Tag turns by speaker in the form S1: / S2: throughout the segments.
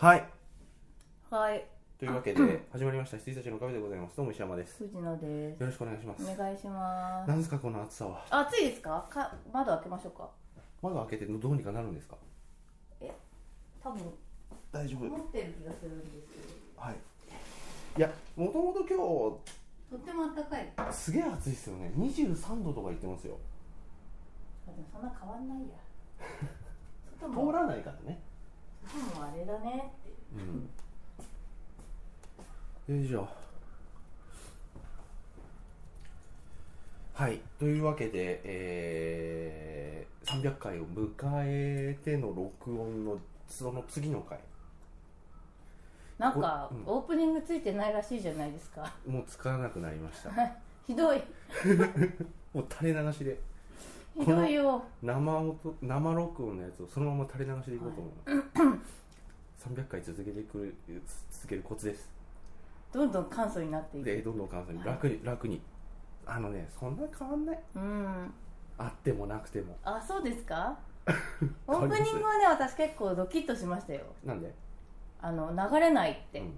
S1: はい
S2: はい、
S1: というわけで始まりました羊たちのおかげでございますどうも石山ですよ
S2: 藤野です。
S1: ろしくお願いしま
S2: お
S1: す
S2: 願いしま
S1: な
S2: す。
S1: んですかこの暑さは
S2: 暑いですか？か窓開けましょうか。
S1: 窓開けてどうにかなるんですか
S2: 多分
S1: 大丈
S2: 持ってる気がするんですけ
S1: はいいやもともと
S2: ど、とっても暖かい。
S1: 今日すげえ暑いですよね23度とか言ってますよ
S2: あでもそんな変わんないや。外
S1: 通
S2: も
S1: らないからね
S2: 外もあれだねっていう。
S1: うんよいしょはいというわけで、えー、300回を迎えての録音のその次の回
S2: なんか、
S1: うん
S2: オープニングついてないらしいじゃないですか。
S1: もう使わなくなりました
S2: ひどい
S1: もう垂れ流しで
S2: ひどいよ。
S1: 生音生録音のやつをそのまま垂れ流しでいこうと思い ます、300回続けていく続けるコツです
S2: どんどん簡素になっていく。
S1: でどんどん簡素に楽に楽にあのねそんな変わんない
S2: うん。
S1: あってもなくても
S2: あそうです か。オ
S1: わりま
S2: ープ
S1: す
S2: ニングはね私結構ドキッとしましたよ。
S1: なんで、
S2: あの流れないっ
S1: う
S2: て
S1: ん、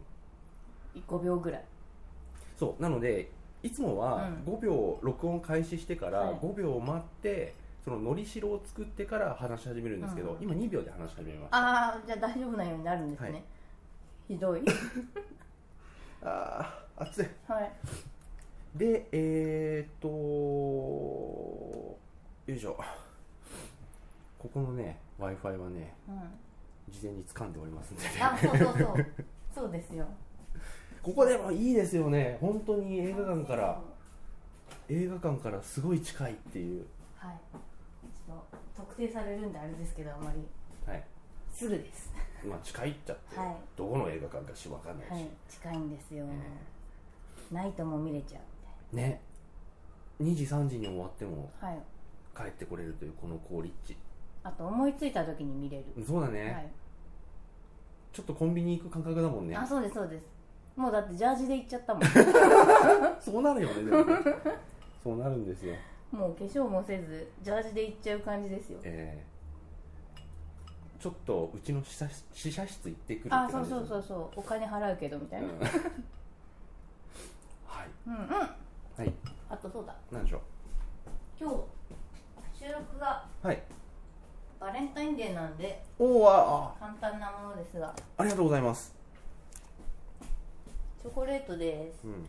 S2: 5秒ぐらい。
S1: そうなのでいつもは
S2: う
S1: 5秒録音開始してか
S2: は
S1: ら
S2: い
S1: 5秒待ってそののりしろを作ってから話し始めるんですけど、
S2: うん
S1: 今2秒で話し始めまし
S2: ああじゃあ大丈夫なようになるんですね、
S1: はい
S2: ひどい
S1: たああ熱い
S2: はい
S1: でえー、っとよいしょここのね w i f i はね
S2: うん
S1: 事前に掴んでおりますんでね
S2: あそうそうそうそうですよ
S1: ここでもいいですよね本当に映画館から映画館からすごい近いっていう
S2: はいちょっと特定されるんであれですけどあまり
S1: はい
S2: すぐです
S1: まあ近いっちゃって、
S2: はい
S1: どこの映画館かしわかんないし、
S2: はい近いんですよ、
S1: え
S2: ないとも見れちゃう
S1: ーね2時3時に終わっても
S2: はい
S1: 帰ってこれるというこの好立地
S2: あと思いついた時に見れる、
S1: そうだね、ちょっとコンビニ行く感覚だもん
S2: はい、
S1: ね
S2: あそうですそうですもうだってジャージで行っちゃったもん
S1: そうなるよねでもねそうなるんですよ
S2: もう化粧もせずジャージで行っちゃう感じですよ
S1: えーちょっとうちの試写室試写室行ってくるって
S2: あ
S1: 感じ
S2: そう
S1: です
S2: そうそうそうお金払うけどみたいな、
S1: うんはい
S2: うん、うん
S1: はい
S2: あとそうだ
S1: なんでしょ
S2: 今日収録が
S1: うはい
S2: バレンタインデーなんで
S1: おおあ
S2: 簡単なものですが
S1: あありがとうございます、
S2: チョコレートです
S1: うん、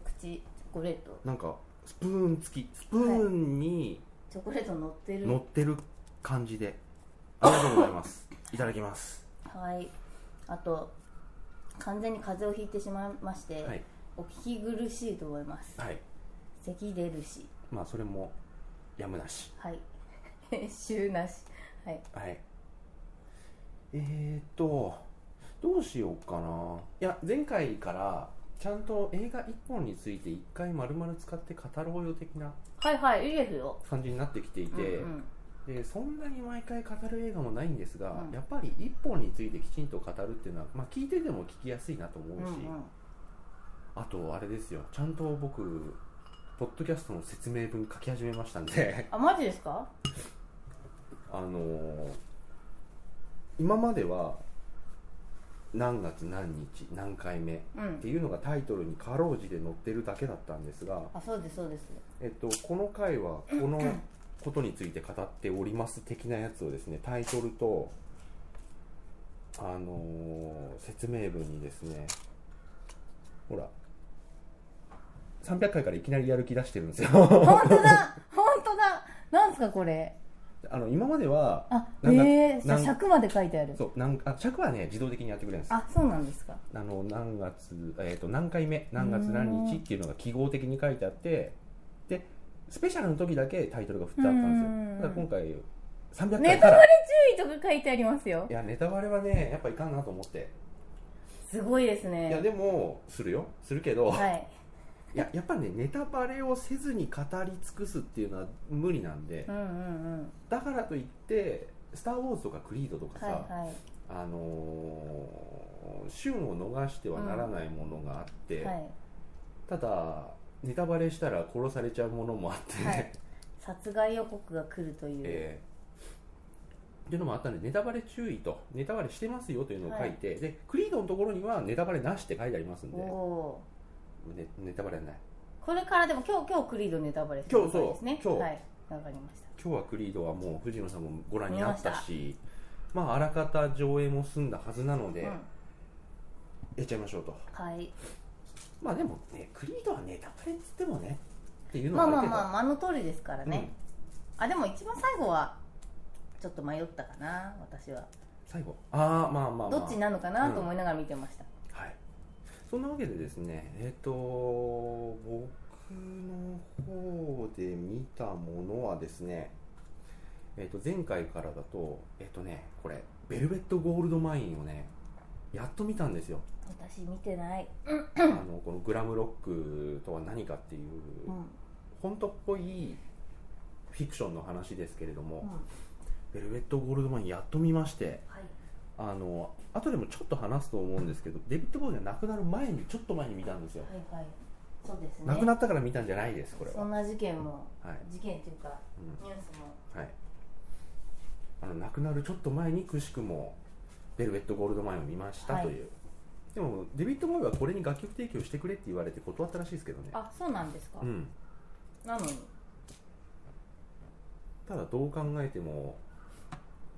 S2: 一口チョコレート
S1: なんかスプーン付きスプーンに
S2: チョコレート乗ってる
S1: 乗ってる感じでありがとうございますいただきます
S2: はいあと完全に風邪をひいてしまいまして、
S1: はい
S2: お聞き苦しいと思います
S1: はい
S2: 咳出るし
S1: まあそれもやむなし
S2: はい 編集なしはい
S1: はいえー、っとどうしようかないや前回からちゃんと映画1本について1回丸々使って語ろうよ的な
S2: はいはいいいですよ
S1: 感じになってきていて、
S2: うんうん
S1: でそんなに毎回語る映画もないんですが、
S2: うん
S1: やっぱり1本についてきちんと語るっていうのは、まあ、聞いてても聞きやすいなと思うし、
S2: うんうん
S1: あとあれですよちゃんと僕ポッドキャストの説明文書き始めましたんで
S2: あマジですか
S1: あのー今までは何月何日何回目っ
S2: うん
S1: ていうのがタイトルにかろうじて載ってるだけだったんですが、
S2: あそうですそう です
S1: えっと、この回はこのことについて語っております的なやつをですねタイトルと、あのー説明文にですねほら300回からいきなりやる気出してるんですよ
S2: 本当だ本当だなんですかこれ
S1: あの今までは
S2: あ
S1: なんか
S2: えー、
S1: なん
S2: 尺まで書いてある
S1: そうなんあ尺はね自動的にやってくれるんです
S2: あそうなんですか
S1: あの何月、えー、と何回目何月何日っていうのが記号的に書いてあってでスペシャルの時だけタイトルが振ってあったんですよ
S2: う
S1: た
S2: ん
S1: だ今回300
S2: ネ
S1: 回
S2: タ
S1: か
S2: バ
S1: ら
S2: レ注意とか書いてありますよ
S1: いやネタバレはねやっぱいかんなと思って、
S2: すごいです
S1: いや
S2: ね
S1: でもするよするけど、
S2: はい、
S1: い、ややっぱねネタバレをせずに語り尽くすっていうのは無理なんで、
S2: うんうんうん
S1: だからといって「スター・ウォーズ」とか「クリード」とかさ、
S2: はいは
S1: あのー旬を逃してはならないものがあって、
S2: いはい
S1: ただネタバレしたら殺さ れちゃうものもあって、
S2: はい殺害予告が来るという、
S1: えっていうのもあったのでネタバレ注意とネタバレしてますよというのを書いて、でクリードのところにはネタバレなしって書いてありますんで
S2: お、お
S1: ねネタバレはない
S2: ーこれからでも今日今日クリードネタバレする
S1: 今日そう
S2: 回ですね
S1: 今日
S2: はいわかりました
S1: 今日はクリードはもう藤野さんもご覧になったしまああらかた上映も済んだはずなので、
S2: うん
S1: やっちゃいましょうと
S2: はい
S1: まあでもねクリードはネタバレっつってもねっていうの
S2: ま
S1: は
S2: あ
S1: ある
S2: まあ
S1: けど、
S2: まああの通りですから
S1: うん
S2: ね、あでも一番最後はちょっと迷ったかな私は
S1: 最後ああまあまあまあ
S2: どっちなのかな
S1: うん
S2: と思いながら見てました、
S1: はい、そんなわけでですね、えっと僕の方で見たものはですね、えっと前回からだと、えっとね、これ、ベルベット・ゴールド・マインをね、やっと見たんです よ、
S2: 私見てない、
S1: あのこのグラムロックとは何かっていう、
S2: うん
S1: 本当っぽいフィクションの話ですけれども、
S2: うん
S1: ベルベット・ゴールド・マイン、やっと見まして。
S2: はい、
S1: あの後でもちょっと話すと思うんですけどデビッド・ボーイが亡くなる前にちょっと前に見たんですよ
S2: はいはいそうですね
S1: 亡くなったから見たんじゃないですこれは
S2: そんな事件も
S1: はい、
S2: 事件というか
S1: う
S2: ニュースも
S1: んはい、あの亡くなるちょっと前にくしくも「ベルベット・ゴールド・マイン」を見ました
S2: はい
S1: という、でもデビッド・ボーイはこれに楽曲提供してくれって言われて断ったらしいですけどね
S2: あそうなんですか、
S1: うん
S2: なのに
S1: ただどう考えても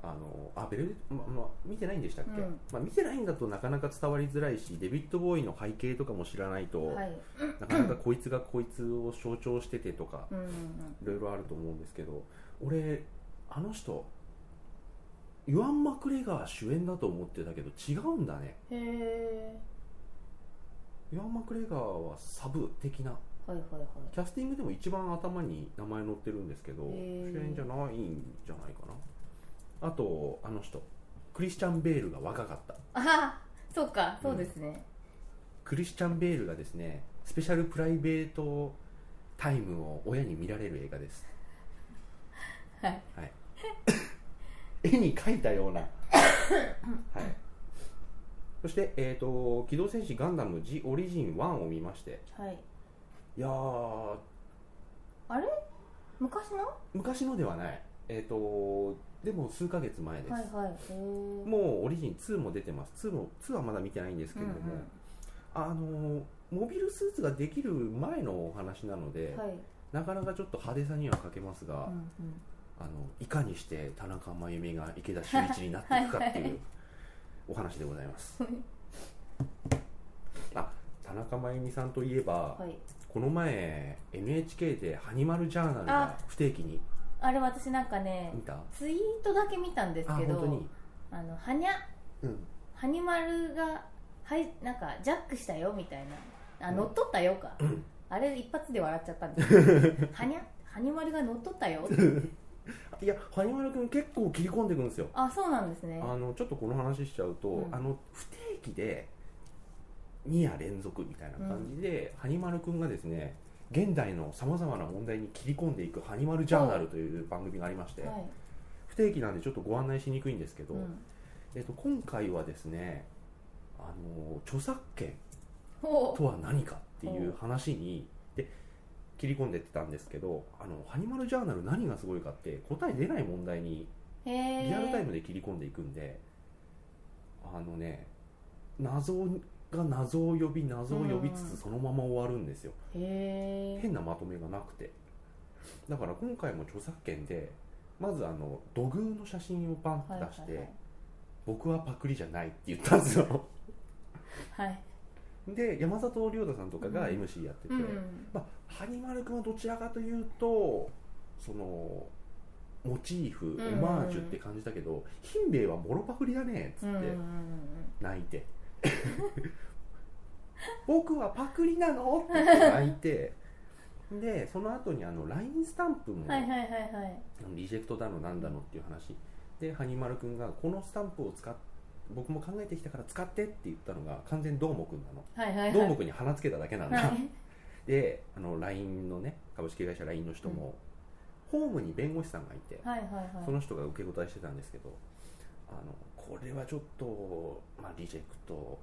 S1: あのあベルベット、まま見てないんでしたっけ、
S2: うん
S1: まあ、見てないんだとなかなか伝わりづらいしデビッド・ボーイの背景とかも知らないと、
S2: はい
S1: なかなかこいつがこいつを象徴しててとか
S2: うんうんうん
S1: いろいろあると思うんですけど俺あの人イワン・マクレガー主演だと思ってたけど違うんだね
S2: へえ
S1: イワン・マクレガーはサブ的な
S2: はいはいはい
S1: キャスティングでも一番頭に名前載ってるんですけど
S2: へ
S1: 主
S2: ー
S1: 演じゃないんじゃないかなあとあの人クリスチャン・ベールが若かった
S2: あ そうかそうですね、
S1: クリスチャン・ベールがですねスペシャルプライベートタイムを親に見られる映画です
S2: はい
S1: はい、絵に描いたような、はい、そして、えーと「機動戦士ガンダム G オリジン1」を見まして
S2: はい
S1: いやー
S2: あれ昔のは
S1: 昔のではない、えー、とでも数ヶ月前です、
S2: いはいへえ
S1: もうオリジン2も出てます2も2はまだ見てないんですけれども、あのーモビルスーツができる前のお話なので、
S2: はい、
S1: なかなかちょっと派手さには欠けますが、
S2: うんうん、
S1: あのいかにして田中真由美が池田秀一になっていくかっていうお話でございます
S2: はい
S1: あ田中真由美さんといえば、
S2: はい
S1: この前 NHK で「ハニマルジャーナル」が不定期に
S2: あれ私なんかね
S1: 見たあ
S2: ツイートだけ見たんです
S1: 本
S2: けど
S1: 当に
S2: あのはにゃ
S1: うん
S2: はにまるがはいなんかジャックしたよみたいなあ
S1: うん
S2: 乗っ取ったよか、
S1: ん
S2: あれ一発で笑っちゃった んですけどはにゃはにまるが乗っ取ったよ
S1: いやハニマル君結構切り込んでいくんですよ
S2: あそうなんですね
S1: あのちょっとこの話しちゃうと、
S2: うん
S1: あの不定期で2夜連続みたいな感じで、ハニマル君がですね現代のさまざまな問題に切り込んでいく「ハニマルジャーナル」という番組がありまして、
S2: はい
S1: 不定期なんでちょっとご案内しにくいんですけど、
S2: うん、
S1: えっと、今回はですねあの著作権
S2: ほう
S1: とは何かっていう話にで切り込んでってたんですけど「あのハニマルジャーナル」何がすごいかって答え出ない問題に
S2: へえ
S1: リアルタイムで切り込んでいくんで、あのね謎が謎を呼び謎を呼びつ
S2: うん
S1: つそのまま終わるんですよ、
S2: へえ
S1: 変なまとめがなくてだから今回も著作権でまずあの土偶の写真をバン
S2: はい
S1: と
S2: はい
S1: 出して、僕はパクリじゃないって言ったんです よ
S2: はい、はい
S1: で山里亮太さんとかが
S2: うん
S1: MC やってて、
S2: うん、
S1: まあ、ハニマル君はどちらかというとそのモチーフ
S2: んうん
S1: オマージュって感じだけど「ヒンベイはもろパクリだね」っつ
S2: う
S1: っ
S2: んうんうん
S1: て
S2: うん
S1: 泣いて 「僕はパクリなの?」っ て言って泣いてでその後にあの LINE スタンプも
S2: はいはいはいはい
S1: あのリジェクトだのなんだのっていう話でハニマル君がこのスタンプを使っ僕も考えてきたから使ってって言ったのが完全にどーもくんなの
S2: はいはいはい
S1: どーもくんに鼻つけただけなんだ、
S2: はい
S1: であの LINE のね株式会社 LINE の人も、ホームに弁護士さんがいて、
S2: はいはいはい
S1: その人が受け答えしてたんですけどあのこれはちょっと、まあ、リジェクト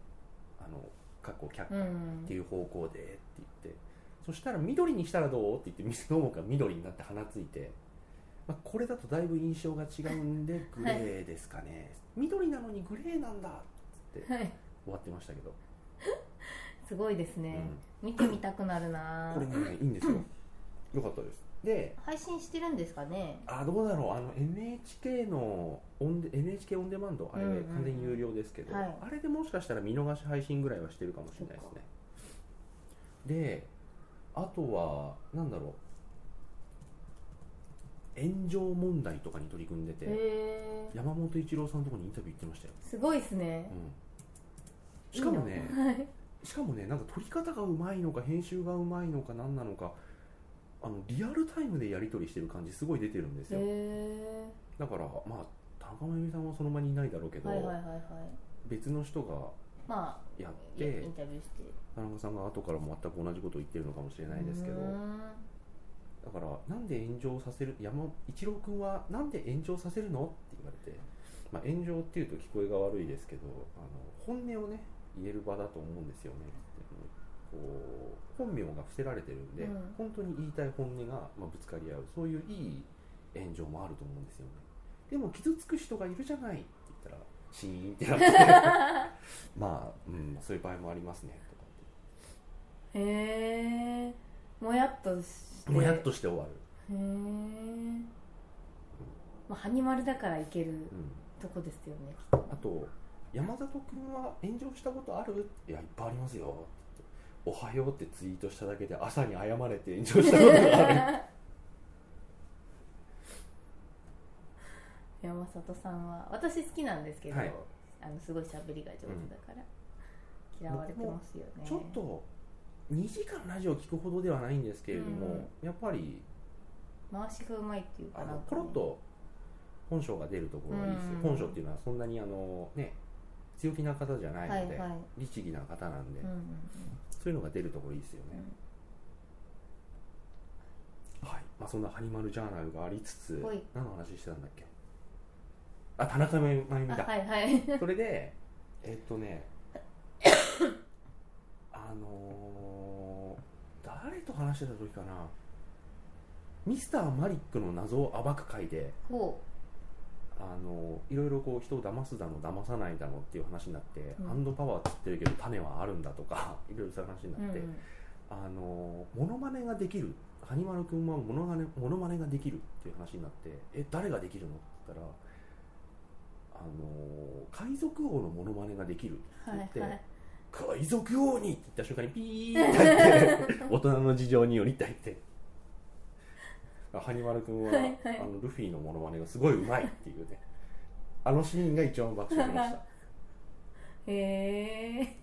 S1: あの過去却
S2: う
S1: 下
S2: んう
S1: っ
S2: ん
S1: ていう方向でって言って、そしたら緑にしたらどうって言って水の方が緑になって鼻ついてまあ、これだとだいぶ印象が違うんでグレーですかね、緑なのにグレーなんだっつって
S2: はい
S1: 終わってましたけど、
S2: すごいですね、見てみたくなるな
S1: これねいいん ですよよかったですで
S2: 配信してるんですかね
S1: あどうだろうあの NHK のオンデ NHK オンデマンドあれ
S2: うんうん
S1: 完全に有料ですけど、
S2: はい
S1: あれでもしかしたら見逃し配信ぐらいはしてるかもしれないですねであとはなんだろう炎上問題とかに取り組んでて、
S2: へえ
S1: 山本一郎さんのところにインタビュー行ってましたよ、
S2: すごいですね
S1: うん、しかもね
S2: いいなはい
S1: しかもねなんか撮り方がうまいのか編集がうまいのか何なのかあのリアルタイムでやり取りしてる感じすごい出てるんです
S2: へ
S1: よ
S2: え
S1: だからまあ田中真由美さんはその場にいないだろうけど、
S2: はいはいはいはい
S1: 別の人が
S2: ま
S1: やっ
S2: あいイ
S1: て
S2: ンタビューして
S1: 田中さんが後からも全く同じことを言ってるのかもしれないですけど
S2: うーん
S1: だからなんで炎上させる山一郎君はなんで炎上させるのって言われて、まあ、炎上っていうと聞こえが悪いですけどあの本音をね言える場だと思うんですよねってこう本名が伏せられてるんで、
S2: うん
S1: 本当に言いたい本音が、まあ、ぶつかり合うそういういい炎上もあると思うんですよねでも傷つく人がいるじゃないって言ったらシーンって なってまあ、うん、そういう場合もありますねとかっ
S2: へえもやっとして
S1: てもやっとして終わる、
S2: へえまあハニマルだからいける
S1: うん
S2: とこですよね
S1: あと山里君は炎上したことあるいやいっぱいありますよって言っておはようってツイートしただけで朝に謝れて炎上したことが ある
S2: 山里さんは私好きなんですけど、
S1: はい
S2: あのすごい喋りが上手だから、嫌われてますよね
S1: ちょっと2時間ラジオ聞くほどではないんですけれども、やっぱり
S2: 回しがうまいっていうか
S1: あ
S2: なん
S1: の
S2: かね
S1: コロッと本性が出るところがいいですよ、
S2: うん
S1: 本性っていうのはそんなにあのね強気な方じゃな
S2: はいいはい
S1: ので、律儀な方なんで、
S2: うんうん
S1: そういうのが出るところいいですよね、はいまあ、そんなハニマルジャーナルがありつつ
S2: はい
S1: 何の話してたんだっけあ田中真由美
S2: うん
S1: だ
S2: あはいはい
S1: それでえっとねあのー誰と話してた時かなミスターマリックの謎を暴く会で、
S2: こ
S1: あのーいろいろこう人を騙すだの騙さないだのっていう話になって、
S2: うん
S1: ハンドパワーっつってるけど種はあるんだとか いろいろそういう話
S2: う、うん
S1: に
S2: う
S1: なって、
S2: ん、
S1: あのーモノマネができるハニマル君はモノマネモノマネができるっていう話になってえ誰ができるのって言ったら、あのー海賊王のモノマネができるって
S2: はい
S1: 言って、
S2: はい
S1: 海賊王にって言った瞬間にピーって入って 大人の事情によりたいってハニマル君は、
S2: はいはい
S1: あのルフィのモノマネがすごいうまいっていうねあのシーンが一番爆笑しま した
S2: へえ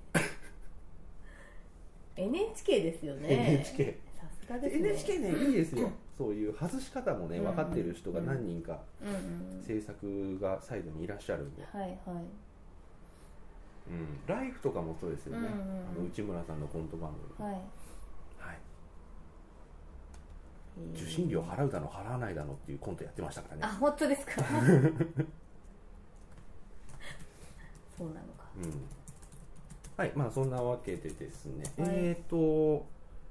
S2: NHK ですよね
S1: NHK
S2: さすがですね
S1: NHK ねいいですよそういう外し方もね分かってる人が何人か
S2: うんうん
S1: 制作がサイドにいらっしゃるんで、
S2: はいはい
S1: うん、ライフとかもそうですよね、
S2: うんうん
S1: あの内村さんのコント番組、
S2: はい、
S1: はい
S2: えー
S1: 受信料払うだの払わないだのっていうコントやってましたから
S2: あ
S1: ね、
S2: 本 当ですかそうなのか
S1: うん、はいまあそんなわけでですね、
S2: はい
S1: えっ、と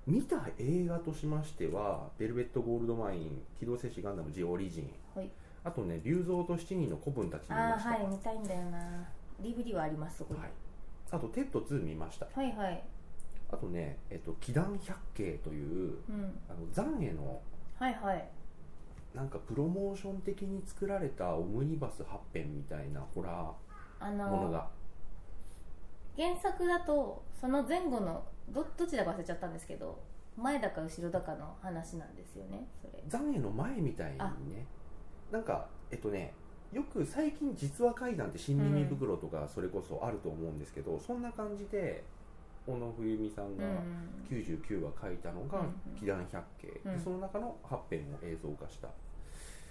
S1: 見た映画としましては「ベルベット・ゴールド・マイン」「機動戦士ガンダム・ジオリジン
S2: はい」
S1: あとね「竜像と七人の子分たち」見
S2: あ
S1: まし
S2: ー
S1: た
S2: はい見たいんだよな DVD はありますそこに
S1: はいあと「テッド2」見ました
S2: はいはい
S1: あとね「えっと祈願百景」という
S2: うん
S1: あの残影の
S2: はいはい
S1: なんかプロモーション的に作られたオムニバス8編みたいなホラ
S2: あ
S1: ーもの
S2: の
S1: が
S2: 原作だとその前後のどどちらか忘れちゃったんですけど前だか後ろだかの話なんですよねそれ
S1: 残影の前みたいにねなんかえっとねよく最近実話怪談って新耳袋とかそれこそあると思うんですけど、そんな感じで小野冬美さんが
S2: うん
S1: 99話書いたの
S2: う
S1: が
S2: んうん
S1: 「祈願百景」
S2: う
S1: で
S2: ん
S1: その中の8編を映像化した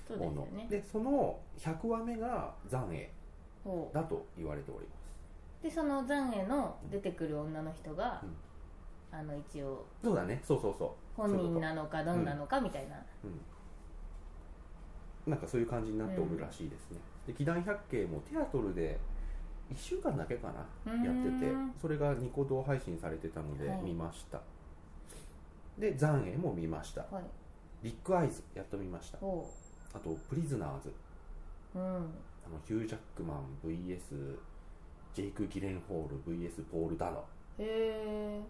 S2: そうで
S1: も
S2: すよ
S1: の
S2: ね
S1: でその100話目が残影
S2: ほ
S1: だと言われております
S2: うでその残影の出てくる女の人が、あの一応
S1: そうだねそうそうそ
S2: 本人なのかどんなのかみたいな、
S1: うなんかそういう感じになっておるらしいですね、で祈願百景もテアトルで1週間だけかな
S2: うーん
S1: やっててそれがニコ動配信されてたので
S2: はい
S1: 見ました、で残影も見ました
S2: はい
S1: ビッグアイズやっと見ました
S2: ほ
S1: あと「プリズナーズ」
S2: うん
S1: あのヒュー・ジャックマン VS ジェイク・ギレンホール VS ポール・ダノ
S2: へえ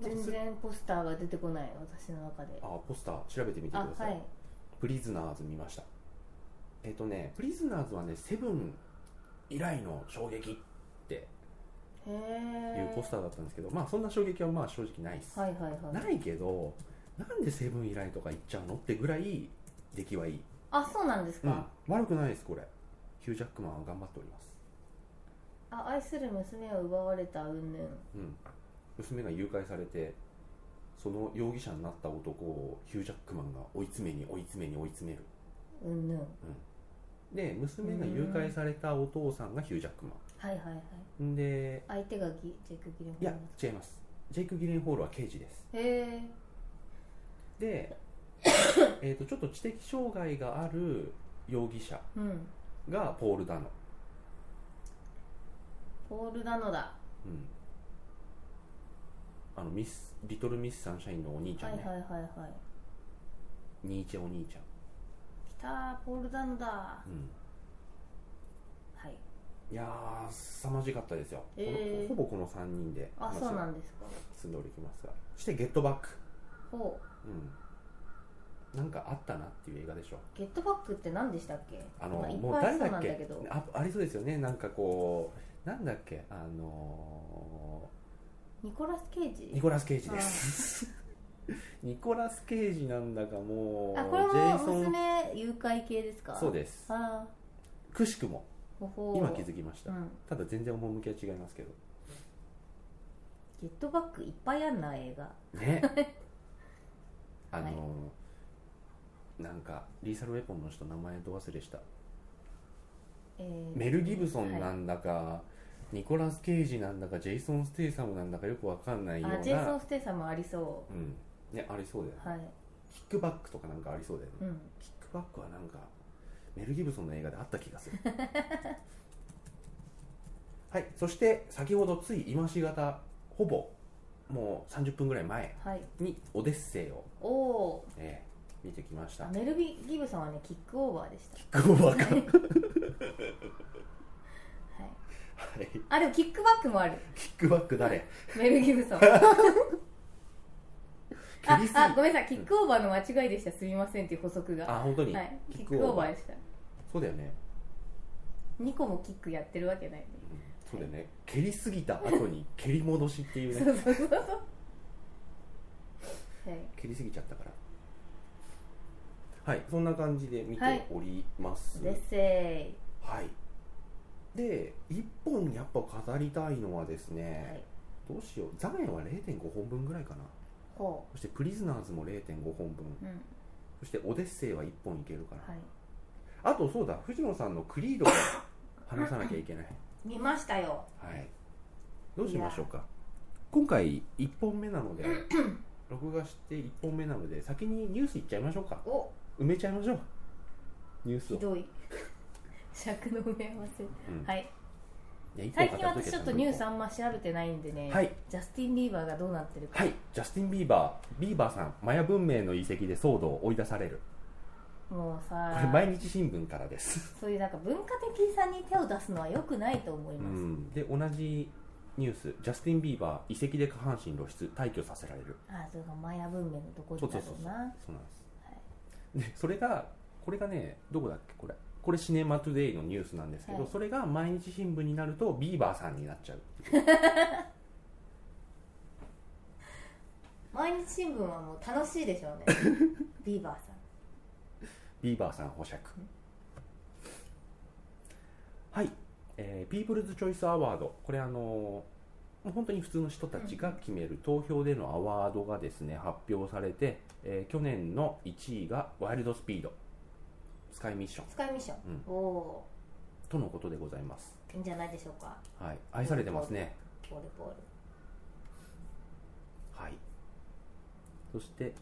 S2: 全然ポスターが出てこない私の中で
S1: あポスター調べてみてくだ
S2: あ
S1: さい、
S2: はい
S1: プリズナーズ見ましたえっ、とねプリズナーズはねセブン以来の衝撃って
S2: へ
S1: い
S2: え
S1: うポスターだったんですけど、まあそんな衝撃はまあ正直ないです、
S2: はいはいはい
S1: ないけどなんでセブン以来とか言っちゃうのってぐらい出来はいい、
S2: あそうなんです
S1: う
S2: か、
S1: ん、悪くないですこれヒュー・ジャックマンは頑張っております
S2: あ愛する娘を奪われたうんぬん
S1: うん、娘が誘拐されてその容疑者になった男をヒュー・ジャックマンが追い詰めに追い詰めに追い詰める
S2: うんぬん
S1: で娘が誘拐されたお父さんがヒュー・ジャックマ
S2: はいはいはい
S1: ンんで
S2: 相手がギジェイク・ギレンホ
S1: い
S2: ー
S1: や
S2: ル
S1: 違いますジェイク・ギレンホールは刑事です
S2: へえ
S1: でえーとちょっと知的障害がある容疑者
S2: うん
S1: がポール・ダノ、
S2: ポールなのだ
S1: うん、あのミスリトル・ミス・サンシャインのお兄ち
S2: は
S1: ゃ
S2: い
S1: ん
S2: は
S1: ね、
S2: いはいはい
S1: ニーチェお兄ちゃ
S2: きたーポールなのだは
S1: ん、うん、
S2: い
S1: いやー凄まじかったですよ、
S2: えー
S1: このほぼこの3人で
S2: あ
S1: 話
S2: そうな
S1: を
S2: んですか
S1: 進んでおりますがそして「ゲットバック
S2: ほ」
S1: うん、なんかあったなっていう映画でしょ
S2: うゲットバックって何でしたっけ
S1: あの、
S2: まいっ
S1: もう
S2: ぱいあり
S1: 誰
S2: そう
S1: だ
S2: な
S1: っ
S2: んだ
S1: け
S2: けど
S1: あありそうですよねなんかこうなんだっけあの
S2: ニコラス・ケイ
S1: ーニ
S2: ジ
S1: コラス・ケイジです ニコラス・ケイジなんだかもう
S2: あこれ
S1: ジェイ
S2: も
S1: ソン
S2: 娘誘拐系ですか
S1: そう
S2: で
S1: です
S2: あ
S1: くしくも
S2: ーほほー
S1: 今気づきました、
S2: うん
S1: ただ全然趣は違いますけど
S2: ゲットバックいっぱいあんな映画
S1: ねあのーなんかリーサルウェポンの人名前ど忘れした
S2: えー
S1: メル・ギブソンな
S2: はい
S1: んだか、ニコラス・ケイジなんだかジェイソン・ステイサムなんだかよくわかんないような
S2: あジェイソン・ステイさんもありそ
S1: うんね、ありそうだよね
S2: うはい
S1: キックバックとかなんかありそうだよね、
S2: うん
S1: キックバックはなんかメル・ギブソンの映画であった気がす るはいそして先ほどつい今しがたほぼもう30分ぐらい前
S2: はい
S1: に「オデッセイを」
S2: おお
S1: えー見てきました
S2: ーメルビ・ギブソンはねキックオーバーでした
S1: キックオーバーか
S2: はい
S1: はい
S2: あでもキックバックもある
S1: キックバック誰
S2: メル・ギブ ソン
S1: 蹴
S2: あ
S1: りすぎ
S2: あごめんなさいキックオーバーの間違いでしたすみませんっていう補足が
S1: あ本当に、
S2: はいキックオーバーでした
S1: そうだよね、
S2: 2個もキックやってるわけない
S1: うんそうだよね蹴りすぎた後に蹴り戻しっていう
S2: そう
S1: ね
S2: そうそうそうはい
S1: 蹴りすぎちゃったからはいそんな感じで見ております
S2: デッセイ
S1: はいで一本やっぱ語りたいのはですね、
S2: はい
S1: どうしようザメは0.5本分ぐらいかな
S2: ほ
S1: そしてプリズナーズも0.5本分
S2: ううん
S1: そしてオデッセイは1本いけるから、
S2: はい
S1: あとそうだ藤野さんのクリードを話さなきゃいけない
S2: 見ましたよ
S1: はい、どうしましょうか今回1本目なので録画して1本目なので先にニュースいっちゃいましょうか
S2: お
S1: 埋めちゃいましょうニュース
S2: ひ
S1: を、
S2: どい 尺の埋め合わせ
S1: うん
S2: はい
S1: いや一本
S2: 最
S1: 片
S2: 近
S1: 付け
S2: 私ちょっとニュース
S1: は
S2: あんま調べてないんでね、
S1: はい
S2: ジャスティン・ビーバーがどうなってるか、
S1: いジャスティン・ビーバービーバーさんマヤ文明の遺跡で騒動を追い出される
S2: もう
S1: こ
S2: さ
S1: れ毎日新聞からです
S2: そういうなんか文化的さに手を出すのは良くないと思いうます、
S1: んで同じニュースジャスティン・ビーバー遺跡で下半身露出退去させられる
S2: ああそれがマヤ文明のとこ
S1: そ
S2: ろ
S1: うそ
S2: だ
S1: うそうそう
S2: ろう
S1: そう
S2: な
S1: なんですでそれがこれがねどこだっけこれこれシネマトゥデイのニュースなんですけど、
S2: はい
S1: それが毎日新聞になるとビーバーさんになっちゃう
S2: 毎日新聞はもう楽しいでしょうねビーバーさん
S1: ビーバーさん保釈はい、えー、ピープルズ・チョイス・アワードこれあのーもう本当に普通の人たちが決める投票でのアワードがですね発表されて、えー去年の1位がワイルドスピードスカイミッション
S2: スカイミッション、
S1: うん
S2: おお
S1: とのことでございます、
S2: ーいいんじゃないでしょうか
S1: はい、愛されてますね
S2: ポールポール
S1: はい、そして、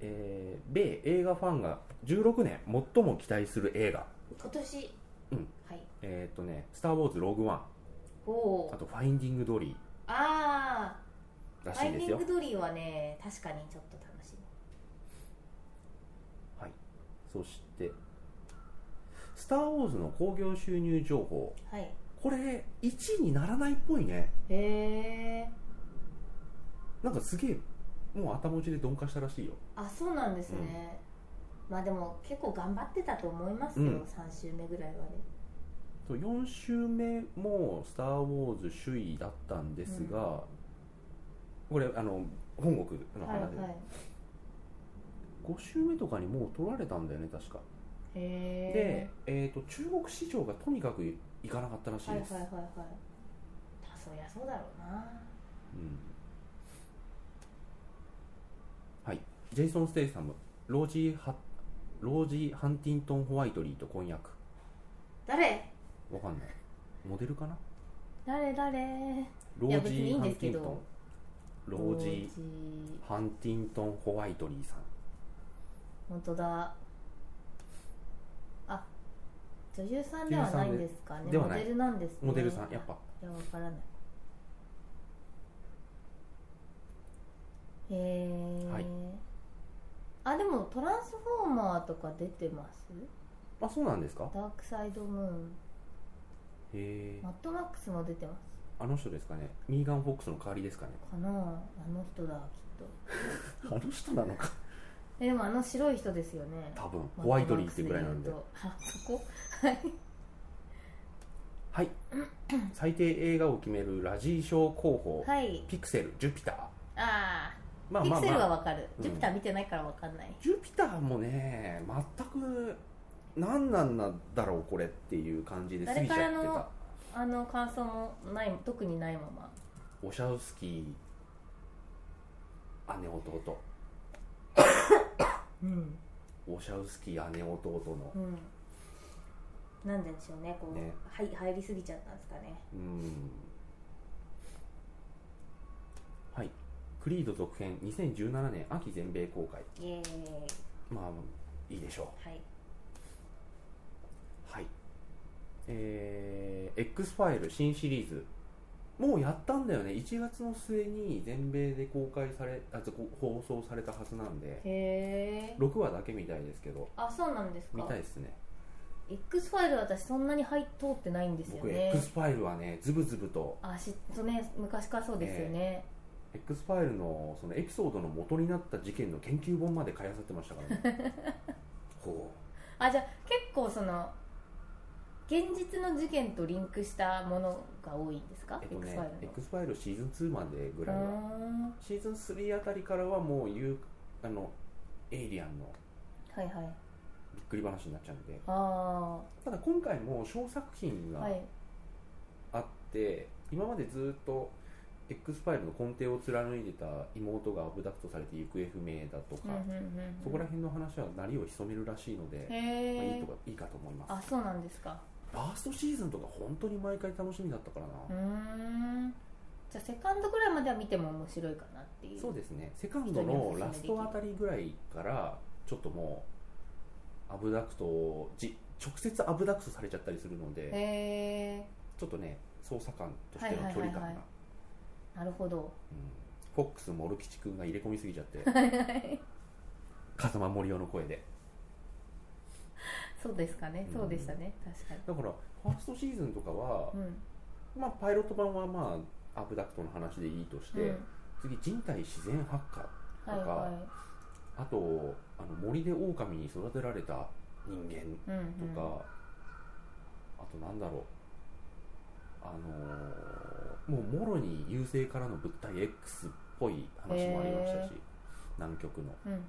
S1: えー米映画ファンが16年最も期待する映画、
S2: 今年、
S1: うん
S2: はい
S1: えーっとね「スター・ウォーズ・ログワン
S2: お」
S1: あ
S2: お
S1: と「ファインディング・ドリ
S2: あ
S1: ー」ら
S2: あ
S1: し
S2: ファ
S1: い
S2: イ
S1: で
S2: ンデ
S1: す
S2: ィン
S1: よ
S2: グドリーはね確かにちょっと楽しみ
S1: そして「スター・ウォーズ」の興行収入情報
S2: はい
S1: これ1位にならないっぽいね
S2: へえ
S1: なんかすげえもう頭打ちで鈍化したらしいよ
S2: あそうなんですね、まあでも結構頑張ってたと思いますよ、
S1: うん
S2: 3週目ぐらいはね
S1: と4週目も「スター・ウォーズ」首位だったんですが、これあの本国の
S2: はい
S1: 話
S2: は
S1: で、
S2: い
S1: 5週目とかにもう取られたんだよね確か
S2: へ
S1: で、えー、と中国市場がとにかくいかなかったらし
S2: えはいい
S1: で
S2: はい
S1: す、
S2: はいはいあそりゃそうだろうな
S1: うんはい、ジェイソン・ステイサムロージーハ・ロージーハンティントン・ホワイトリーと婚約
S2: 誰
S1: わかんないモデルかな
S2: 誰誰
S1: ロ
S2: いや
S1: ー
S2: 別
S1: ジ
S2: にいい
S1: ー・
S2: ん
S1: ハ
S2: で
S1: ン
S2: す
S1: ティ
S2: け
S1: ン
S2: ど
S1: トンロージー・
S2: ー
S1: ハンティントン・ホワイトリーさん
S2: 本当だあ女優さんではないんですかね
S1: では
S2: モ
S1: ない
S2: デルなんですね
S1: モデルさんやっぱ
S2: いやわからないへえ、
S1: はい
S2: あでもトランスフォーマーとか出てます
S1: あそうなんですか
S2: ダークサイドムーン
S1: へえ
S2: マットマックスも出てます
S1: あの人ですかねミーガン・フォックスの代わりですか ね
S2: かなああの人だきっと
S1: あの人なのか
S2: えでもあの白い人ですよね
S1: 多分
S2: マット
S1: ホ
S2: マ
S1: ワ
S2: ッ
S1: イ
S2: クス
S1: トリーってぐらいなんで
S2: 言うとあそこ
S1: はい最低映画を決めるラジー賞候補、
S2: はい
S1: ピクセルジュピター
S2: あ
S1: ま
S2: あ
S1: あ
S2: ピ
S1: ま
S2: ク
S1: あ
S2: セルは
S1: まあ
S2: わかる、
S1: うん
S2: ジュピター見てないからわかんない
S1: ジュピターもね全く何なんなんだろうこれっていう感じで過ぎちゃっ
S2: 誰
S1: て
S2: から
S1: た
S2: のあの感想もない特にないまま
S1: オシャウスキー姉弟
S2: うん
S1: オシャウスキー姉弟の
S2: うんなんででしょうねこう
S1: ね
S2: はい入りすぎちゃったんですかね
S1: うんはいクリード続編2017年秋全米公開
S2: イエーイ
S1: まあいいでしょう
S2: はい
S1: はい。えー、X ファイル新シリーズ。もうやったんだよね。1月の末に全米で公開され、あ、こ放送されたはずなんで、
S2: へえ
S1: 6話だけみたいですけど、
S2: あそうなんです
S1: 見
S2: か
S1: たいですね。
S2: X ファイル私そんなに入っ通ってないんですよ
S1: 僕、
S2: ね
S1: X ファイルはね、ズブズブと、
S2: あしとね昔からそうですよね、
S1: X ファイルのそのエピソードの元になった事件の研究本まで買い漁ってましたからね。 ほ
S2: あじゃあ結構その現実の事件とリンクしたものが多いんですか
S1: う。、えっと
S2: X
S1: ね
S2: ファイ、ルの
S1: X ファイルシーズン2までぐらいは。
S2: うーん
S1: シーズン3あたりからはもう言う、あの、エイリアンの
S2: はいはい
S1: びっくり話になっちゃうんで、
S2: あ
S1: ただ今回も小作品が
S2: あはい
S1: あって、今までずっと X ファイルの根底を貫いてた妹がアブダクトされて行方不明だとか、
S2: うんうんうんうん
S1: そこら辺の話は鳴りを潜めるらしいので、まあ、いい
S2: へえ
S1: とかいいかと思います
S2: あそうなんですか
S1: ファーストシーズンとか本当に毎回楽しみだったからな、
S2: うーんじゃあセカンドぐらいまでは見ても面白いかなっていう
S1: そうですねセカンドのラストあたりぐらいからちょっともうアブダクトをじ直接アブダクトされちゃったりするので
S2: へえ
S1: ちょっとね捜査官としての距離感が、
S2: はいはいはいはいなるほど
S1: うんフォックスモル吉君が入れ込みすぎちゃって 風間森生の声で
S2: そうですかね
S1: うん
S2: そうでしたね、確かに
S1: だからファーストシーズンとかは
S2: う、ん
S1: まあ、パイロット版はまあアブダクトの話でいいとして、
S2: うん
S1: 次人体自然発火
S2: はい
S1: とか
S2: は
S1: あとあの森で狼に育てられた人間
S2: いうん
S1: と
S2: うん
S1: か、あとなんだろうあのーもうもろに優勢からの物体 X っぽい話もありましたし
S2: へ
S1: 南極の
S2: うんうん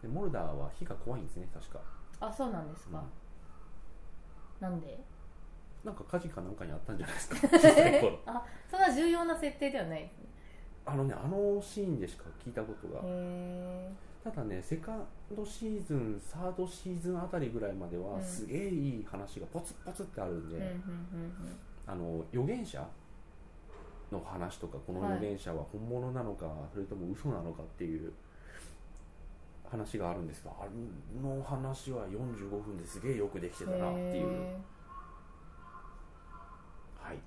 S1: でモルダーは火が怖いんですね確か、
S2: あそうなんです
S1: うん
S2: か、なんで
S1: なんか火事かなんかにあったんじゃない ですか小さい頃
S2: あそんな重要な設定ではないですね
S1: あのねあのシーンでしか聞いたことが
S2: へえ
S1: ただねセカンドシーズンサードシーズンあたりぐらいまでは、
S2: うん
S1: すげえいい話がポツポツってあるんで、
S2: うんうんうん
S1: あの預言者の話とかこの
S2: はい
S1: 預言者は本物なのか、それとも嘘なのかっていう話があるんですがあの話は45分ですげえよくできてた
S2: うん
S1: なっていう、
S2: へ
S1: はい
S2: ー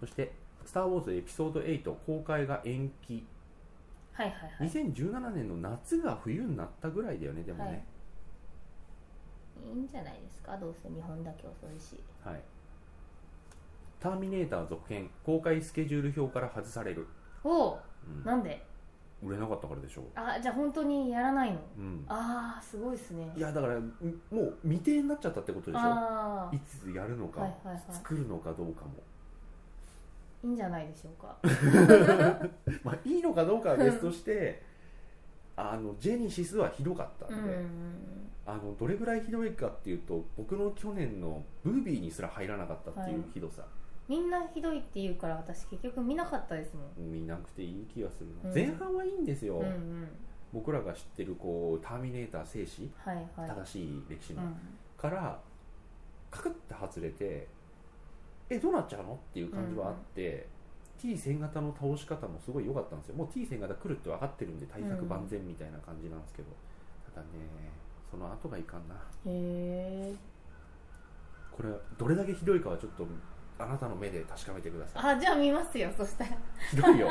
S1: そして「スター・ウォーズエピソード8」公開が延期
S2: えはいはいはい
S1: 2017年の夏が冬になったぐらいだよねでもね、
S2: いいんじゃないですかどうせ日本だけ遅いし
S1: はいターミネーター」続編公開スケジュール表から外される、
S2: おお
S1: うん
S2: なんで
S1: 売れなかったからでしょう、
S2: あじゃあ本当にやらないの
S1: うん、
S2: ああすごいですね
S1: いやだからんもう未定になっちゃったってことでしょ
S2: ああ
S1: いつやるのか、
S2: はいはいはい
S1: 作るのかどうかも
S2: いいんじゃないでしょうか
S1: まあ、いいのかどうかは別としてあのジェニシスはひどかった
S2: うんん
S1: で、あのどれぐらいひどいかっていうと僕の去年のブービーにすら入らなかったっていう
S2: はい
S1: ひどさ、
S2: みんなひどいって言うから私結局見なかったですもん
S1: 見なくていい気がするな、
S2: うん
S1: 前半はいいんですよ、
S2: うんうん
S1: 僕らが知ってるこうターミネーター生死
S2: はいはい
S1: 正しい歴史
S2: う
S1: の、
S2: ん
S1: からカクッて外れてえどうなっちゃうのっていう感じはあって、T1000 型の倒し方もすごい良かったんですよもう T1000 型来るって分かってるんで対策万全みたいな感じなんですけど、ただねその後がいかんな
S2: へえ
S1: これどれだけひどいかはちょっとあなたの目で確かめてくださ
S2: あじゃあ見ますよそしたら
S1: いひどいよ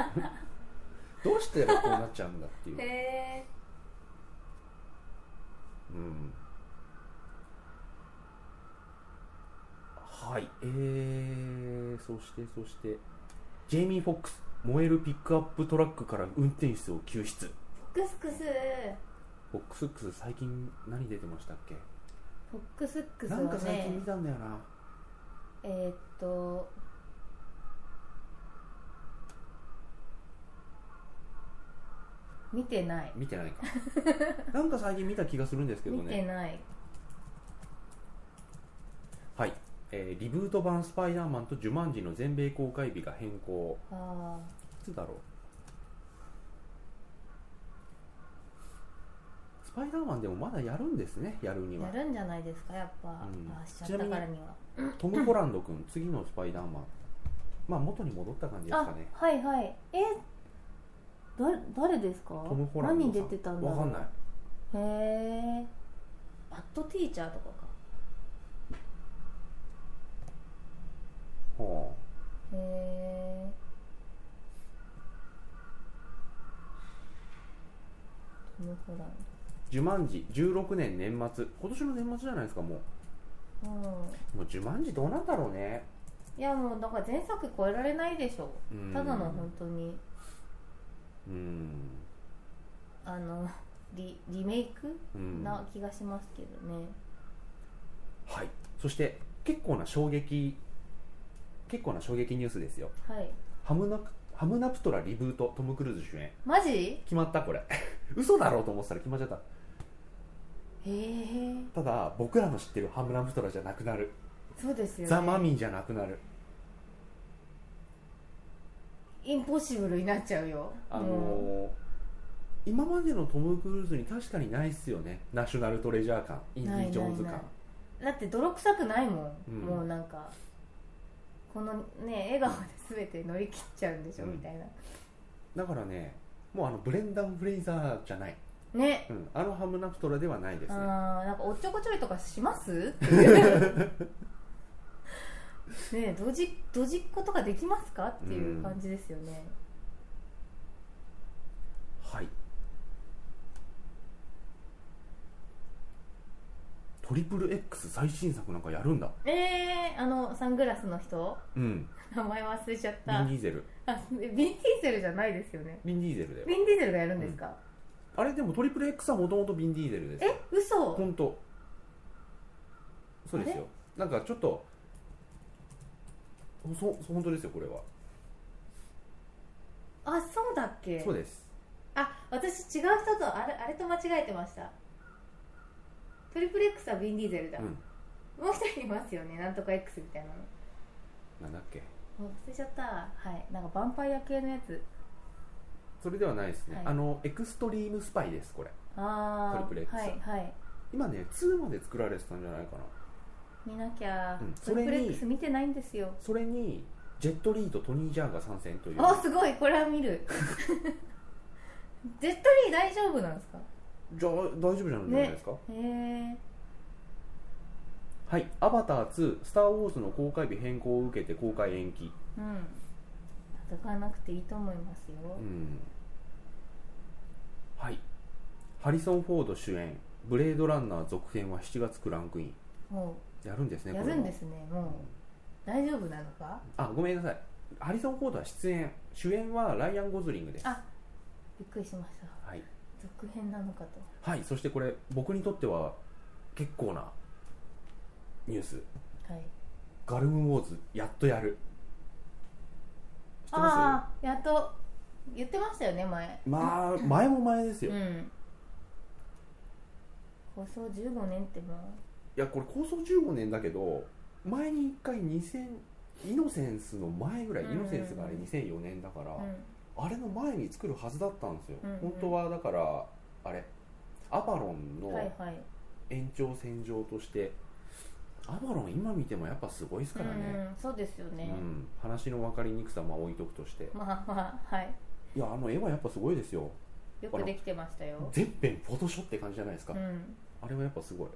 S1: どうしてこうなっちゃうんだっていう
S2: へえ
S1: うんはいえー、そしてそしてジェイミー・フォックス燃えるピックアップトラックから運転手を救出
S2: クスクス
S1: フォックスックス最近何出てましたっけ、
S2: フォックスックス
S1: なん
S2: は
S1: か最近見
S2: ね
S1: たんだよな
S2: えーっと見てない
S1: 見てないかなんか最近見た気がするんですけど
S2: 見て
S1: ね
S2: ない
S1: はい、えーリブート版「スパイダーマン」と「ジュマンジ」の全米公開日が変更
S2: あ
S1: いつだろうスパイダーマンでもまだやるんですねやるに
S2: ー
S1: は
S2: やるんじゃないですかやっぱ、
S1: うん
S2: あーしちゃったからには
S1: トム・ホランド君次のスパイダーマンまあ元に戻った感じですか
S2: あ
S1: ね
S2: はいはいえだ誰ですか
S1: トム・ホランド
S2: 何
S1: さ
S2: 出てたんだろう
S1: わかんない
S2: へえバッドティーチャーとかか
S1: は
S2: へえトム・ホラン
S1: あ「ジュマンジ」16年年末今年の年末じゃないですかも
S2: ドうん
S1: うもう「ジュマンジ」どうなんだろうね
S2: いやもうだから前作超えられないでしょ
S1: うん
S2: ただの本当に
S1: うん
S2: あのリリメイク
S1: うん
S2: な気がしますけどね、
S1: はいそして結構な衝撃結構な衝撃ニュースですよ
S2: はい
S1: ハムナプハムナプトラリブートトム・クルーズ主演
S2: マジ
S1: 決まったこれ 嘘だろうと思ってたら決まっちゃった
S2: へえ
S1: ただ僕らの知ってるハムナプトラじゃなくなる、
S2: そうですよね
S1: ザ・マミンじゃなくなる
S2: インポッシブルになっちゃうよ
S1: あ
S2: うん
S1: のー今までのトム・クルーズに確かにないっすよねナショナルトレジャー感インディ・ジョーンズ感
S2: ないないだって泥臭くないもん、
S1: うん
S2: もうなんかこのね笑顔で全て乗り切っちゃうんでしょ、
S1: うん
S2: みたいな
S1: だからねもうあのブレンダン・フレイザーじゃない、
S2: ね
S1: うん、あのハムナプトラではないですね
S2: あーなんかおっちょこちょいとかします ねドジドジっ子とかできますかっていう感じですよね、
S1: はいトリプル X 最新作なんかやるんだ
S2: えー、あのサングラスの人
S1: うん
S2: 名前忘れちゃっ
S1: ヴィ
S2: た
S1: ン・ディーゼル
S2: あビン・ディーゼルじゃないですよね
S1: ヴィン・ディーゼルだよ
S2: ビン・ディーゼルがやるんですか、
S1: あれでもトリプル X はもともとヴィン・ディーゼルです
S2: え嘘
S1: 本当そうですよなんかちょっとそそ本当ですよこれは
S2: あそうだっけ
S1: そうです
S2: あ私違う人とあれあれと間違えてましたトリプル X はビン・ディーゼルだ、
S1: うん
S2: もう一人いますよねなんとか X みたいなの
S1: なんだっけ
S2: もう忘れちゃったはいなんかヴァンパイア系のやつ
S1: それではないですね、
S2: はい
S1: あのエクストリームスパイですこれ
S2: ああ
S1: トリプル X
S2: はいはい
S1: 今ね2まで作られてたんじゃないかな
S2: 見なきゃ、
S1: うん
S2: トリプ
S1: それ
S2: ル
S1: に
S2: X 見てないんですよ
S1: それにジェットリーとトニー・ジャーが参戦という
S2: あすごいこれは見る ジェットリー大丈夫なんですか
S1: じゃあ大丈夫じゃないですか、
S2: へえ
S1: はい「アバター2スター・ウォーズ」の公開日変更を受けて公開延期
S2: うん戦わなくていいと思いますよ、
S1: うんはいハリソン・フォード主演「ブレードランナー」続編は7月クランクイン
S2: も
S1: やるんです
S2: う
S1: ね
S2: や
S1: これ
S2: る
S1: は
S2: んですねもう大丈夫なのか
S1: あごめんなさいハリソン・フォードは出演主演はライアン・ゴズリングです
S2: あびっくりしました
S1: はい、
S2: 続編なのかと
S1: はい、そしてこれ僕にとっては結構なニュース
S2: はい
S1: ガルム・ウォーズやっとやる知ってま
S2: ああやっと言ってましたよね前
S1: すまあ前も前ですよ、
S2: う
S1: い
S2: ん放送15年ってもう
S1: やこれ構想15年だけど前に1回2000イノセンスの前ぐらい、
S2: うん
S1: イノセンスがあれ2004年だから、
S2: うん
S1: あれの前に作るはずだったんですよ、
S2: うんうん
S1: 本当はだからあれアバロンの
S2: はいはい
S1: 延長線上としてアバロン今見てもやっぱすごいですからね、
S2: うんそうですよ
S1: うん
S2: ね、
S1: 話の分かりにくさも置いとくとして
S2: まあまあはい
S1: いやあの絵はやっぱすごいですよ
S2: よくできてましたよ
S1: 全編フォトショーって感じじゃないですか、
S2: うん
S1: あれはやっぱすごい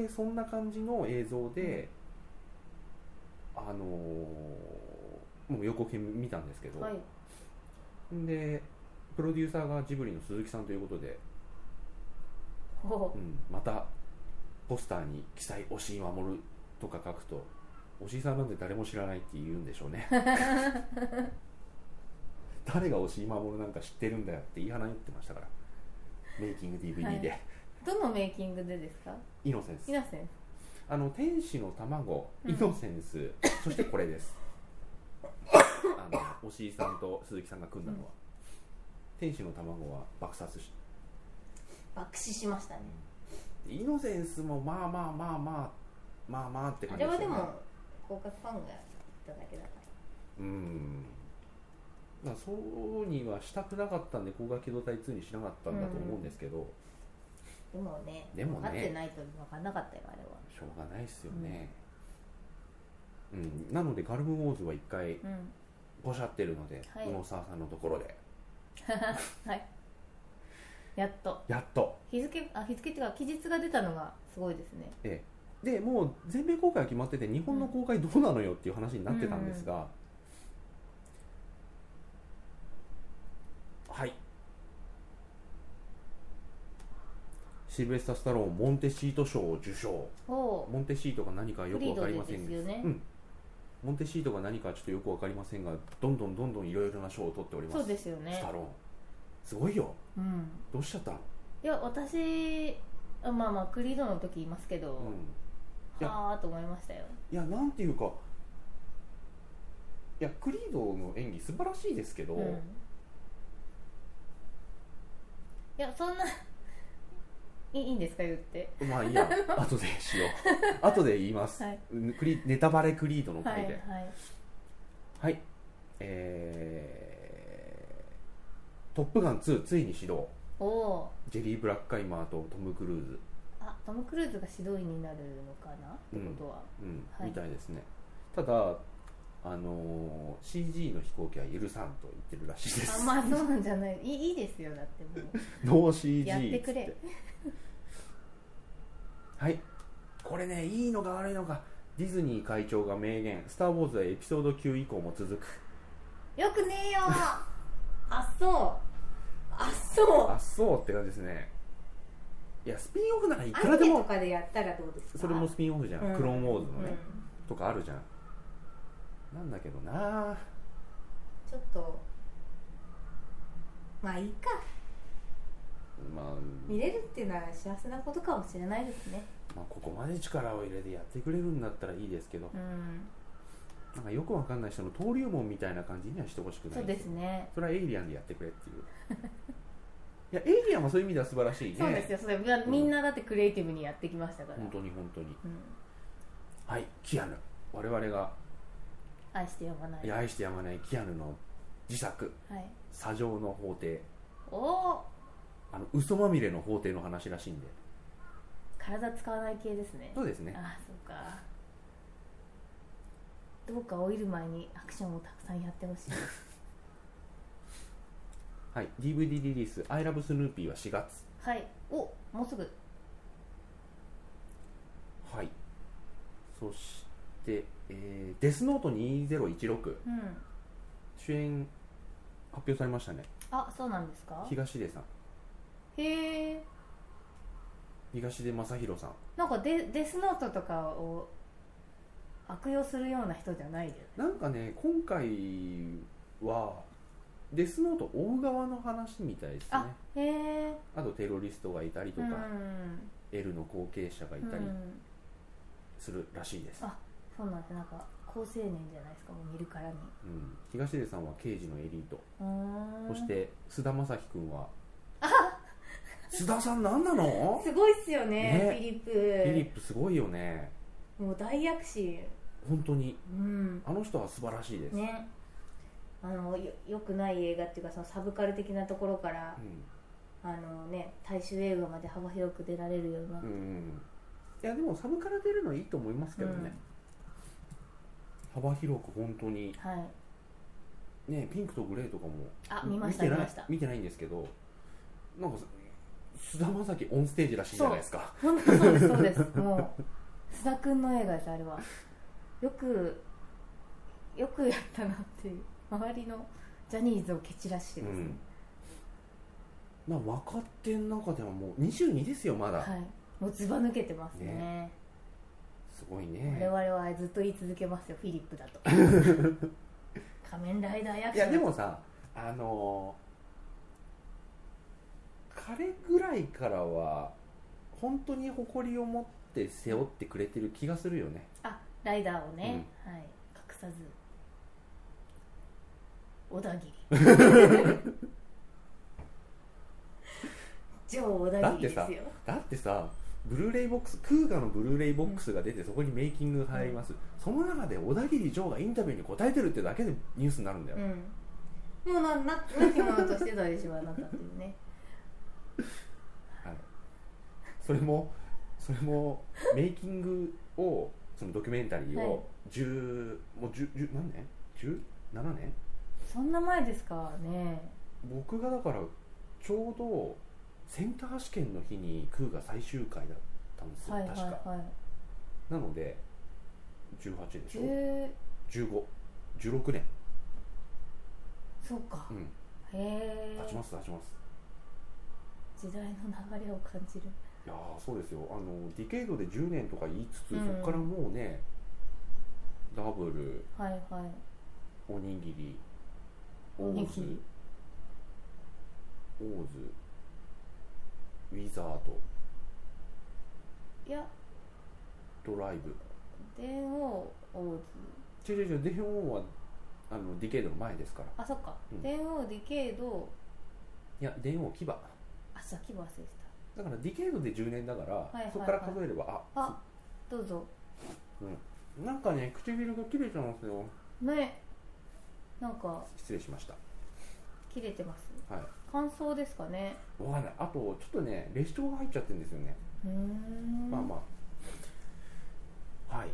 S1: でそんな感じの映像で、あのーもう予告編見たんですけど、
S2: はい
S1: でプロデューサーがジブリの鈴木さんということで、
S2: ほ
S1: うん、またポスターに記載「押井守」とか書くと押井さんなんて誰も知らないって言うんでしょう ね誰が押井守なんか知ってるんだよって言い放ってましたからメイキング DVD で、
S2: はうどのメイキングでですか
S1: イノセンス
S2: イナセン
S1: あの天使の卵、
S2: うん
S1: イノセンス、そしてこれです。あの押井さんと鈴木さんが組んだのは、天使の卵は爆殺し、
S2: 爆死しましたね
S1: イノセンスもまあまあまあまあまあまあって
S2: あ
S1: 感じ
S2: れ
S1: でし
S2: は
S1: たね。
S2: でも広角ファンがやっただけだか
S1: うん。だからそうにはしたくなかったんで、高画機動隊2にしなかったんだと思うんですけど、
S2: らでもね
S1: でもね
S2: 分かってないと分かんなかったよあれは
S1: しょうがないですよね。うん、なのでガルムウォーズは一回
S2: うん
S1: ポシャってるので、
S2: はい
S1: 宇野沢さんのところで
S2: やっと
S1: やっと
S2: 日付あ日付っていうか期日が出たのがすごいですね
S1: でもう全米公開は決まってて日本の公開どうなのよっていう話になってたんですが、はいシルベスタ・スタローンモンテシート賞を受賞
S2: ほう
S1: モンテシートが何かよく分かりません
S2: フリードでですよね
S1: うん、モンテシートが何かちょっとよく分かりませんがどんどんどんどんいろいろな賞を取っております
S2: そうですよ
S1: ス
S2: ね
S1: タローンすごいよ
S2: うん
S1: どうしちゃったの、
S2: いや私あまあまあクリードの時言いますけ
S1: う
S2: ど、
S1: んいや
S2: はあと思いましたよ
S1: いやなんていうかいやクリードの演技素晴らしいですけど、
S2: うんいやそんないいいんですか言って
S1: まあいい や後でしよう後で言います、
S2: はい
S1: クリネタバレクリードの
S2: はい
S1: 回
S2: は
S1: で
S2: い
S1: はい、えートップガン2」ついに始動
S2: おお
S1: ジェリー・ブラックカイマーとトム・クルーズ、
S2: ーあトム・クルーズが指導員になるのかなってことは、
S1: うん
S2: はい
S1: みたいですねただあのー CG の飛行機は許さんと言ってるらしいです
S2: あまあそうなんじゃないいいいいですよだってもう
S1: ノー CG
S2: やってくれ
S1: っつって はいこれねいいのか悪いのかディズニー会長が明言「スター・ウォーズ」はエピソード9以降も続く
S2: よくねえよ あそうあそ
S1: あそうって感じですねいやスピンオフならいうくらで
S2: アニメと
S1: も
S2: かでやったらどうですか
S1: それもスピンオフじゃん、
S2: うん
S1: クローンウォーズ
S2: う
S1: の
S2: ん
S1: ね、とかあるじゃんなんだけどな
S2: ちょっとまあいいか
S1: まあ、
S2: 見れるっていうのは幸せなことかもしれないですね
S1: まあここまで力を入れてやってくれるんだったらいいですけど
S2: うん
S1: なんかよくわかんない人の登竜門みたいな感じにはしてほしくない
S2: そうですね
S1: それはエイリアンでやってくれっていういやエイリアンもそういう意味では素晴らしいね
S2: そうですよそれみんなみんなだってクリエイティブにやってきましたから、
S1: 本当に本当に
S2: うん
S1: はいキアヌ我々が
S2: 愛してやまない
S1: いや愛してやまないキアヌの自作
S2: はい、
S1: 「砂上の法廷
S2: おお」
S1: あの嘘まみれの法廷の話らしいんで
S2: 体使わない系ですね
S1: そうですね
S2: ああそうかどうか老いる前にアクションをたくさんやってほしい
S1: はい DVD リリース「I love Snoopy」は4月
S2: はいおもうすぐ
S1: はいそして、えーデスノート2016」
S2: うん
S1: 主演発表されましたね
S2: あそうなんですか
S1: 東出さん
S2: へえ
S1: 東出昌大さん
S2: なんかデデスノートとかを悪用するような人じゃないよね
S1: なんかね今回はデスノート追う側の話みたいですね
S2: あ
S1: あ
S2: へえ
S1: とテロリストがいたりと
S2: う
S1: か、
S2: ん
S1: L の後継者がいうたり
S2: ん
S1: するらしいです、
S2: あそうなんてなんか好青年じゃないですかもう見るからに
S1: うん、東出さんは刑事のエリート、
S2: うーん
S1: そして菅田将暉君は須田さん何なの
S2: すごいっすよね
S1: ね
S2: フィリップ
S1: フィリップすごいよね
S2: もう大躍進
S1: 本当に
S2: うん
S1: あの人は素晴らしいです、
S2: ねあのよよくない映画っていうかそのサブカル的なところから
S1: う、ん
S2: あのね、大衆映画まで幅広く出られるような、
S1: うんいやでもサブから出るのいいと思いますけどね、幅広く本当に
S2: はい
S1: ねピンクとグレーとかも
S2: あ見ました
S1: て
S2: 見
S1: ない
S2: ました
S1: 見てないんですけどなんか菅田将暉オンステージらしいじゃないですか
S2: 本当そうですそうですもう須田君の映画ですあれはよくよくやったなっていう周りのジャニーズを蹴散らして
S1: う
S2: ですね
S1: ん、まあ若手の中ではもう22ですよまだ、
S2: はいもうずば抜けてますね
S1: すごいね
S2: 我々はずっと言い続けますよフィリッ プだと仮面ライダー役
S1: いやでもさあのー彼ぐらいからは本当に誇りを持って背負ってくれてる気がするよね
S2: あライダーをね、はい、隠さず小田 切 ジョー小田切です
S1: だ
S2: よ
S1: ってだってさブルーレイボックスクーガのブルーレイボックスが出てそこにメイキングが入ります、その中で小田切城がインタビューに答えてるってだけでニュースになるんだよ、
S2: うん、もうなななきものとしてたでしょあなたっていうね
S1: はい、それもそれもメイキングをそのドキュメンタリー
S2: はい
S1: を10、もう10 10何年 ?17 年
S2: そんな前ですかね
S1: 僕がだからちょうどセンター試験の日にクーが最終回だったんですよ、
S2: はいはい
S1: 確か
S2: はい
S1: なので18でしょ
S2: え
S1: 1516年
S2: そうか
S1: うん
S2: へえ
S1: 立ちます立ちます
S2: 時代の流れを感じる
S1: いやーそうですよあのディケイドで10年とか言いつつ、
S2: うん
S1: そこからもうねダブル
S2: はいはい
S1: おにぎりオ
S2: おに
S1: ー
S2: ぎ
S1: ズ
S2: り
S1: オーズウィザード
S2: いや
S1: ドライブ
S2: 電王王子
S1: 違う違う違うデヘオンはあのディケイドの前ですから
S2: あそっか、
S1: うん
S2: 電王ディケイド
S1: いや電王牙だか
S2: あさっき忘れて
S1: らディケイドで10年だから、
S2: いはいはい
S1: そこから数えれば
S2: た
S1: あ
S2: あどうぞ
S1: なんかね唇が切れてますよ
S2: ねなんか
S1: 失礼しました
S2: 切れてます
S1: はい
S2: 乾燥ですかね
S1: わかんないあとちょっとねレシトが入っちゃってるんですよね
S2: うーん
S1: まあまあはい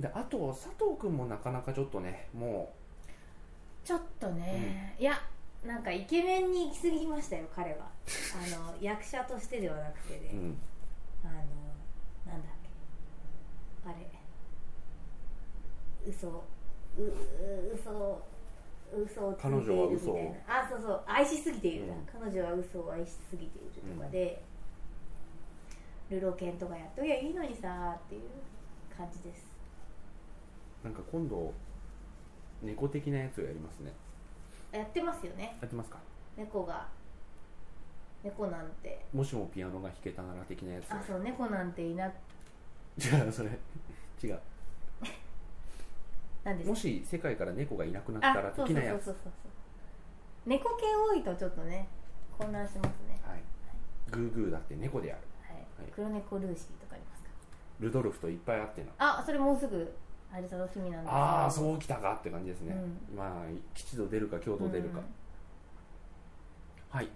S1: であと佐藤君もなかなかちょっとねも
S2: ちょっとね、いやなんかイケメンに行き過ぎましたよ彼はあの 役者としてではなくてね、
S1: う、うん、
S2: あのなんだっけあれ嘘うう嘘を嘘をついて
S1: 彼
S2: いるみたい
S1: 女
S2: な
S1: は嘘を
S2: あそうそう愛しすぎているな、
S1: うん
S2: 彼女は嘘を愛しすぎているとかで、ルロケンとかやっときゃいいのにさっていう感じです
S1: なんか今度猫的なやつをやりますね
S2: やってますよね
S1: やってますか
S2: 猫が猫なんて
S1: もしもピアノが弾けたなら的なやつ
S2: あそう猫なんていな
S1: じゃあそれ違う
S2: なんです
S1: もし世界から猫がいなくなっ
S2: あ
S1: たら
S2: そう
S1: 的
S2: そ
S1: な
S2: うそ
S1: や
S2: う
S1: つ
S2: そうそう猫系多いとちょっとね混乱しますね
S1: はいグーグーだって猫である
S2: はい、
S1: はい
S2: 黒猫ルーシーとかありますか
S1: ルドルフといっぱいあってな
S2: あそれもうすぐあれ楽しみなんですけど
S1: ああそうきたかって感じですね、
S2: う
S1: まあ吉と出るか京都出るか、
S2: うん
S1: はい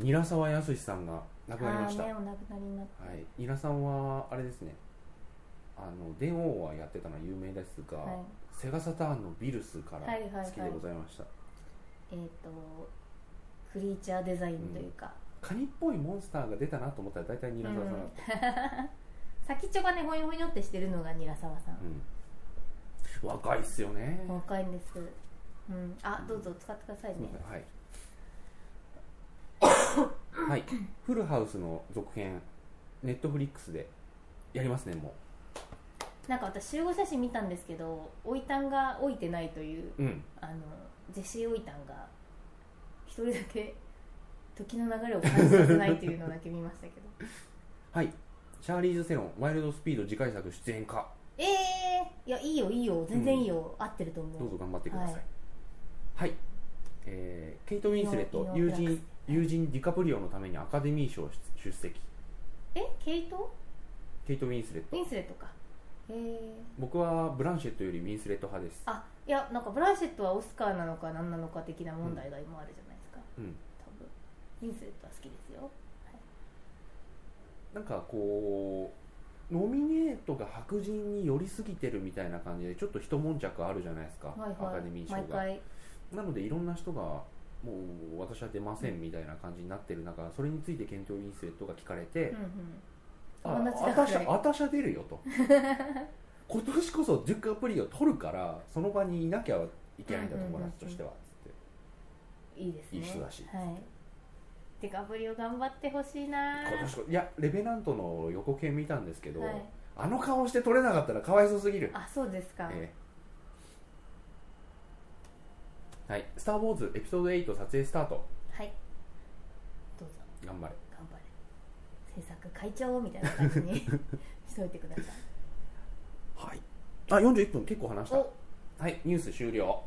S1: 韮沢靖さんが亡くなりました
S2: あーねお亡くなりになっ
S1: はい、イラさんはあれですねあの電王はやってたのは有名ですが、
S2: た、はい、
S1: セガサターンのビルスから
S2: はいはいはい
S1: 好きでございました、
S2: えっ、とクリーチャーデザインというか、
S1: カニっぽいモンスターが出たなと思ったら大体ニラサワさんだった、
S2: 先っちょがねほにょほにょってしてるのがニラサワさん、
S1: うん若いっすよね、
S2: 若いんですうんあどうぞ使ってくださいね
S1: はいはい、フルハウスの続編、ネットフリックスでやりますね、も
S2: なんか私集合写真見たんですけどおいたんが置いてないという
S1: う。うん、
S2: あのジェシー・オイタンが一人だけ時の流れを感じさせないというのだけ見ましたけど
S1: はい、シャーリーズ・セロン、ワイルドスピード次回作出演か、
S2: ええー、いやいいよいいよ全然いいよ、合ってる
S1: ど
S2: と
S1: う
S2: 思
S1: ぞ
S2: う
S1: 頑張ってください。
S2: は
S1: はいい、えーケイト・ウィンスレット、
S2: いいよ
S1: 友
S2: いいよ
S1: 人、友人ディカプリオのためにアカデミー賞出出席、
S2: えケイト
S1: ケイト・ウィンスレット
S2: ウィンスレットかえー、
S1: 僕はブランシェットよりウィンスレット派です、
S2: あいやなんかブランシェットはオスカーなのか何なのか的な問題が今あるじゃないですか、
S1: うん、
S2: 多分ウィンスレットは好きですよ
S1: なんかこうノミネートが白人に寄りすぎてるみたいな感じでちょっと一悶着あるじゃないですか、
S2: はい
S1: ア
S2: は
S1: カデミー
S2: い
S1: 賞
S2: 毎
S1: が
S2: 回
S1: なのでいろんな人がもう私は出ませんみたいな感じになってる中それについて検討ウィンスレットが聞かれて、
S2: うんうん
S1: あ
S2: 友達だから
S1: 私は私は出るよと 今年こそ10カプリを取るからその場にいなきゃいけないんだ
S2: うんうんうん
S1: 友
S2: うん
S1: 達としてはつって
S2: いいですね
S1: いい人だし
S2: はいデカプリを頑張ってほしいな
S1: 今年こいやレベナントの予告編見たんですけど、
S2: はい、
S1: あの顔して取れなかったらかわいそうすぎる
S2: あそうですか、
S1: ええはい、スター・ウォーズエピソード8撮影スタート
S2: はいどうぞ
S1: 頑張れ
S2: 頑張れ制作会長みたいな感じ にしといてください
S1: はいあ41分結構話した
S2: お
S1: はいニュース終了、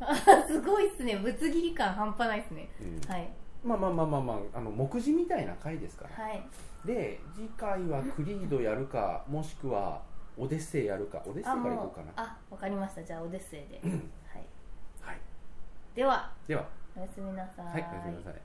S2: すごいっすねぶつ切り感半端ないっすね
S1: うん
S2: はい
S1: まあまあまあまあまああの目次みたいな回ですから、
S2: はい
S1: で次回はクリードやるかもしくはオデッセイやるかオデッセイ
S2: あ
S1: からい
S2: も
S1: こう
S2: う
S1: かな
S2: あわかりましたじゃあオデッセイで、はい、
S1: はい
S2: では
S1: では
S2: おやすみなさー
S1: はいおやすみなさい